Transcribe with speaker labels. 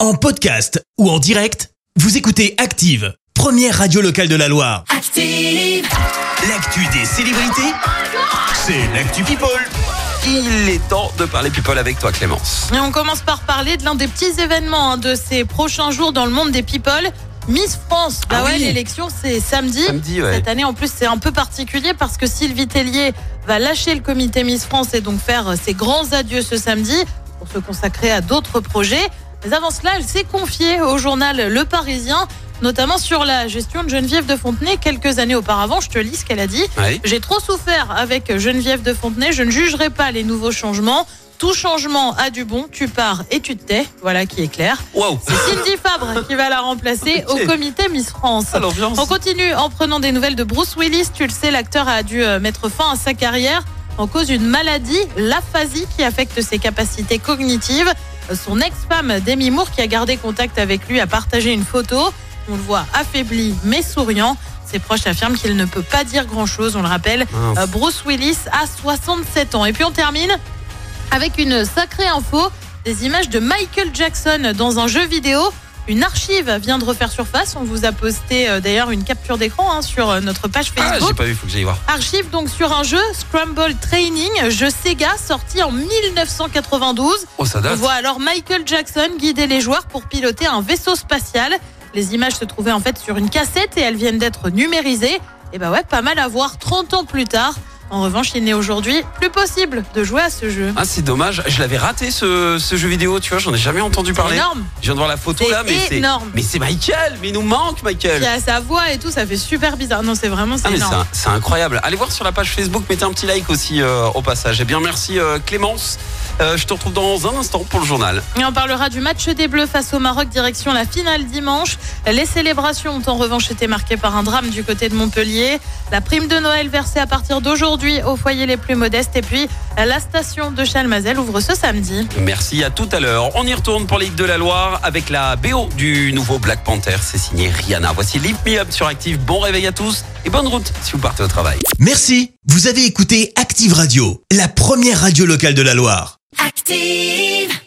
Speaker 1: En podcast ou en direct, vous écoutez Active, première radio locale de la Loire.
Speaker 2: Active,
Speaker 1: L'actu des célébrités, c'est l'actu People.
Speaker 3: Il est temps de parler people avec toi Clémence.
Speaker 4: Et on commence par parler de l'un des petits événements hein, de ces prochains jours dans le monde des people. Miss France, bah
Speaker 3: Ah
Speaker 4: ouais,
Speaker 3: oui.
Speaker 4: l'élection c'est samedi.
Speaker 3: Samedi, ouais.
Speaker 4: Cette année en plus c'est un peu particulier parce que Sylvie Tellier va lâcher le comité Miss France et donc faire euh, ses grands adieux ce samedi pour se consacrer à d'autres projets. Mais avant cela, elle s'est confiée au journal Le Parisien, notamment sur la gestion de Geneviève de Fontenay quelques années auparavant. Je te lis ce qu'elle a dit.
Speaker 3: Ouais.
Speaker 4: J'ai trop souffert avec Geneviève de Fontenay, je ne jugerai pas les nouveaux changements. Tout changement a du bon, tu pars et tu te tais. Voilà qui est clair.
Speaker 3: Waouh,
Speaker 4: C'est Cindy Fabre qui va la remplacer
Speaker 3: Ok.
Speaker 4: au comité Miss France.
Speaker 3: ça l'ambiance.
Speaker 4: On continue en prenant des nouvelles de Bruce Willis. Tu le sais, l'acteur a dû euh, mettre fin à sa carrière en cause d'une maladie, l'aphasie, qui affecte ses capacités cognitives. Euh, Son ex-femme, Demi Moore, qui a gardé contact avec lui, a partagé une photo. On le voit affaibli mais souriant. Ses proches affirment qu'il ne peut pas dire grand-chose, on le rappelle.
Speaker 3: Mince.
Speaker 4: Euh, Bruce Willis a 67 ans. Et puis on termine avec une sacrée info, des images de Michael Jackson dans un jeu vidéo. Une archive vient de refaire surface. On vous a posté euh, d'ailleurs une capture d'écran hein, sur euh, notre page
Speaker 3: Ah, j'ai
Speaker 4: Facebook.
Speaker 3: pas vu, faut que j'aille voir.
Speaker 4: archive donc sur un jeu, Scramble Training, jeu Sega sorti en 1992.
Speaker 3: Oh, ça
Speaker 4: On
Speaker 3: date.
Speaker 4: voit alors Michael Jackson guider les joueurs pour piloter un vaisseau spatial. Les images se trouvaient en fait sur une cassette et elles viennent d'être numérisées. Et bah ouais, pas mal à voir 30 ans plus tard. En revanche, il n'est aujourd'hui plus possible de jouer à ce jeu.
Speaker 3: Ah, c'est dommage. Je l'avais raté ce, ce jeu vidéo, tu vois, j'en ai jamais entendu
Speaker 4: C'est
Speaker 3: parler.
Speaker 4: énorme.
Speaker 3: Je viens de voir la photo
Speaker 4: C'est
Speaker 3: là, mais c'est.
Speaker 4: énorme.
Speaker 3: Mais c'est Michael, mais il nous manque
Speaker 4: Il y
Speaker 3: Michael.
Speaker 4: a sa voix et tout, ça fait super bizarre. Non, c'est vraiment c'est
Speaker 3: Ah, mais c'est
Speaker 4: énorme.
Speaker 3: un- c'est incroyable. Allez voir sur la page Facebook, mettez un petit like aussi euh, au passage. Et bien, merci euh, Clémence. Euh, je te retrouve dans un instant pour le journal.
Speaker 4: Et on parlera du match des Bleus face au Maroc, direction la finale dimanche. Les célébrations ont en revanche été marquées par un drame du côté de Montpellier. La prime de Noël versée à partir d'aujourd'hui aux foyers les plus modestes. Et puis, la station de Chalmazel ouvre ce samedi.
Speaker 3: Merci, à tout à l'heure. On y retourne pour Ligue de la Loire avec la BO du nouveau Black Panther. C'est signé Rihanna. Voici Lift Me Up sur Active. Bon réveil à tous et bonne route si vous partez au travail.
Speaker 1: Merci, vous avez écouté Active Radio, la première radio locale de la Loire.
Speaker 2: active.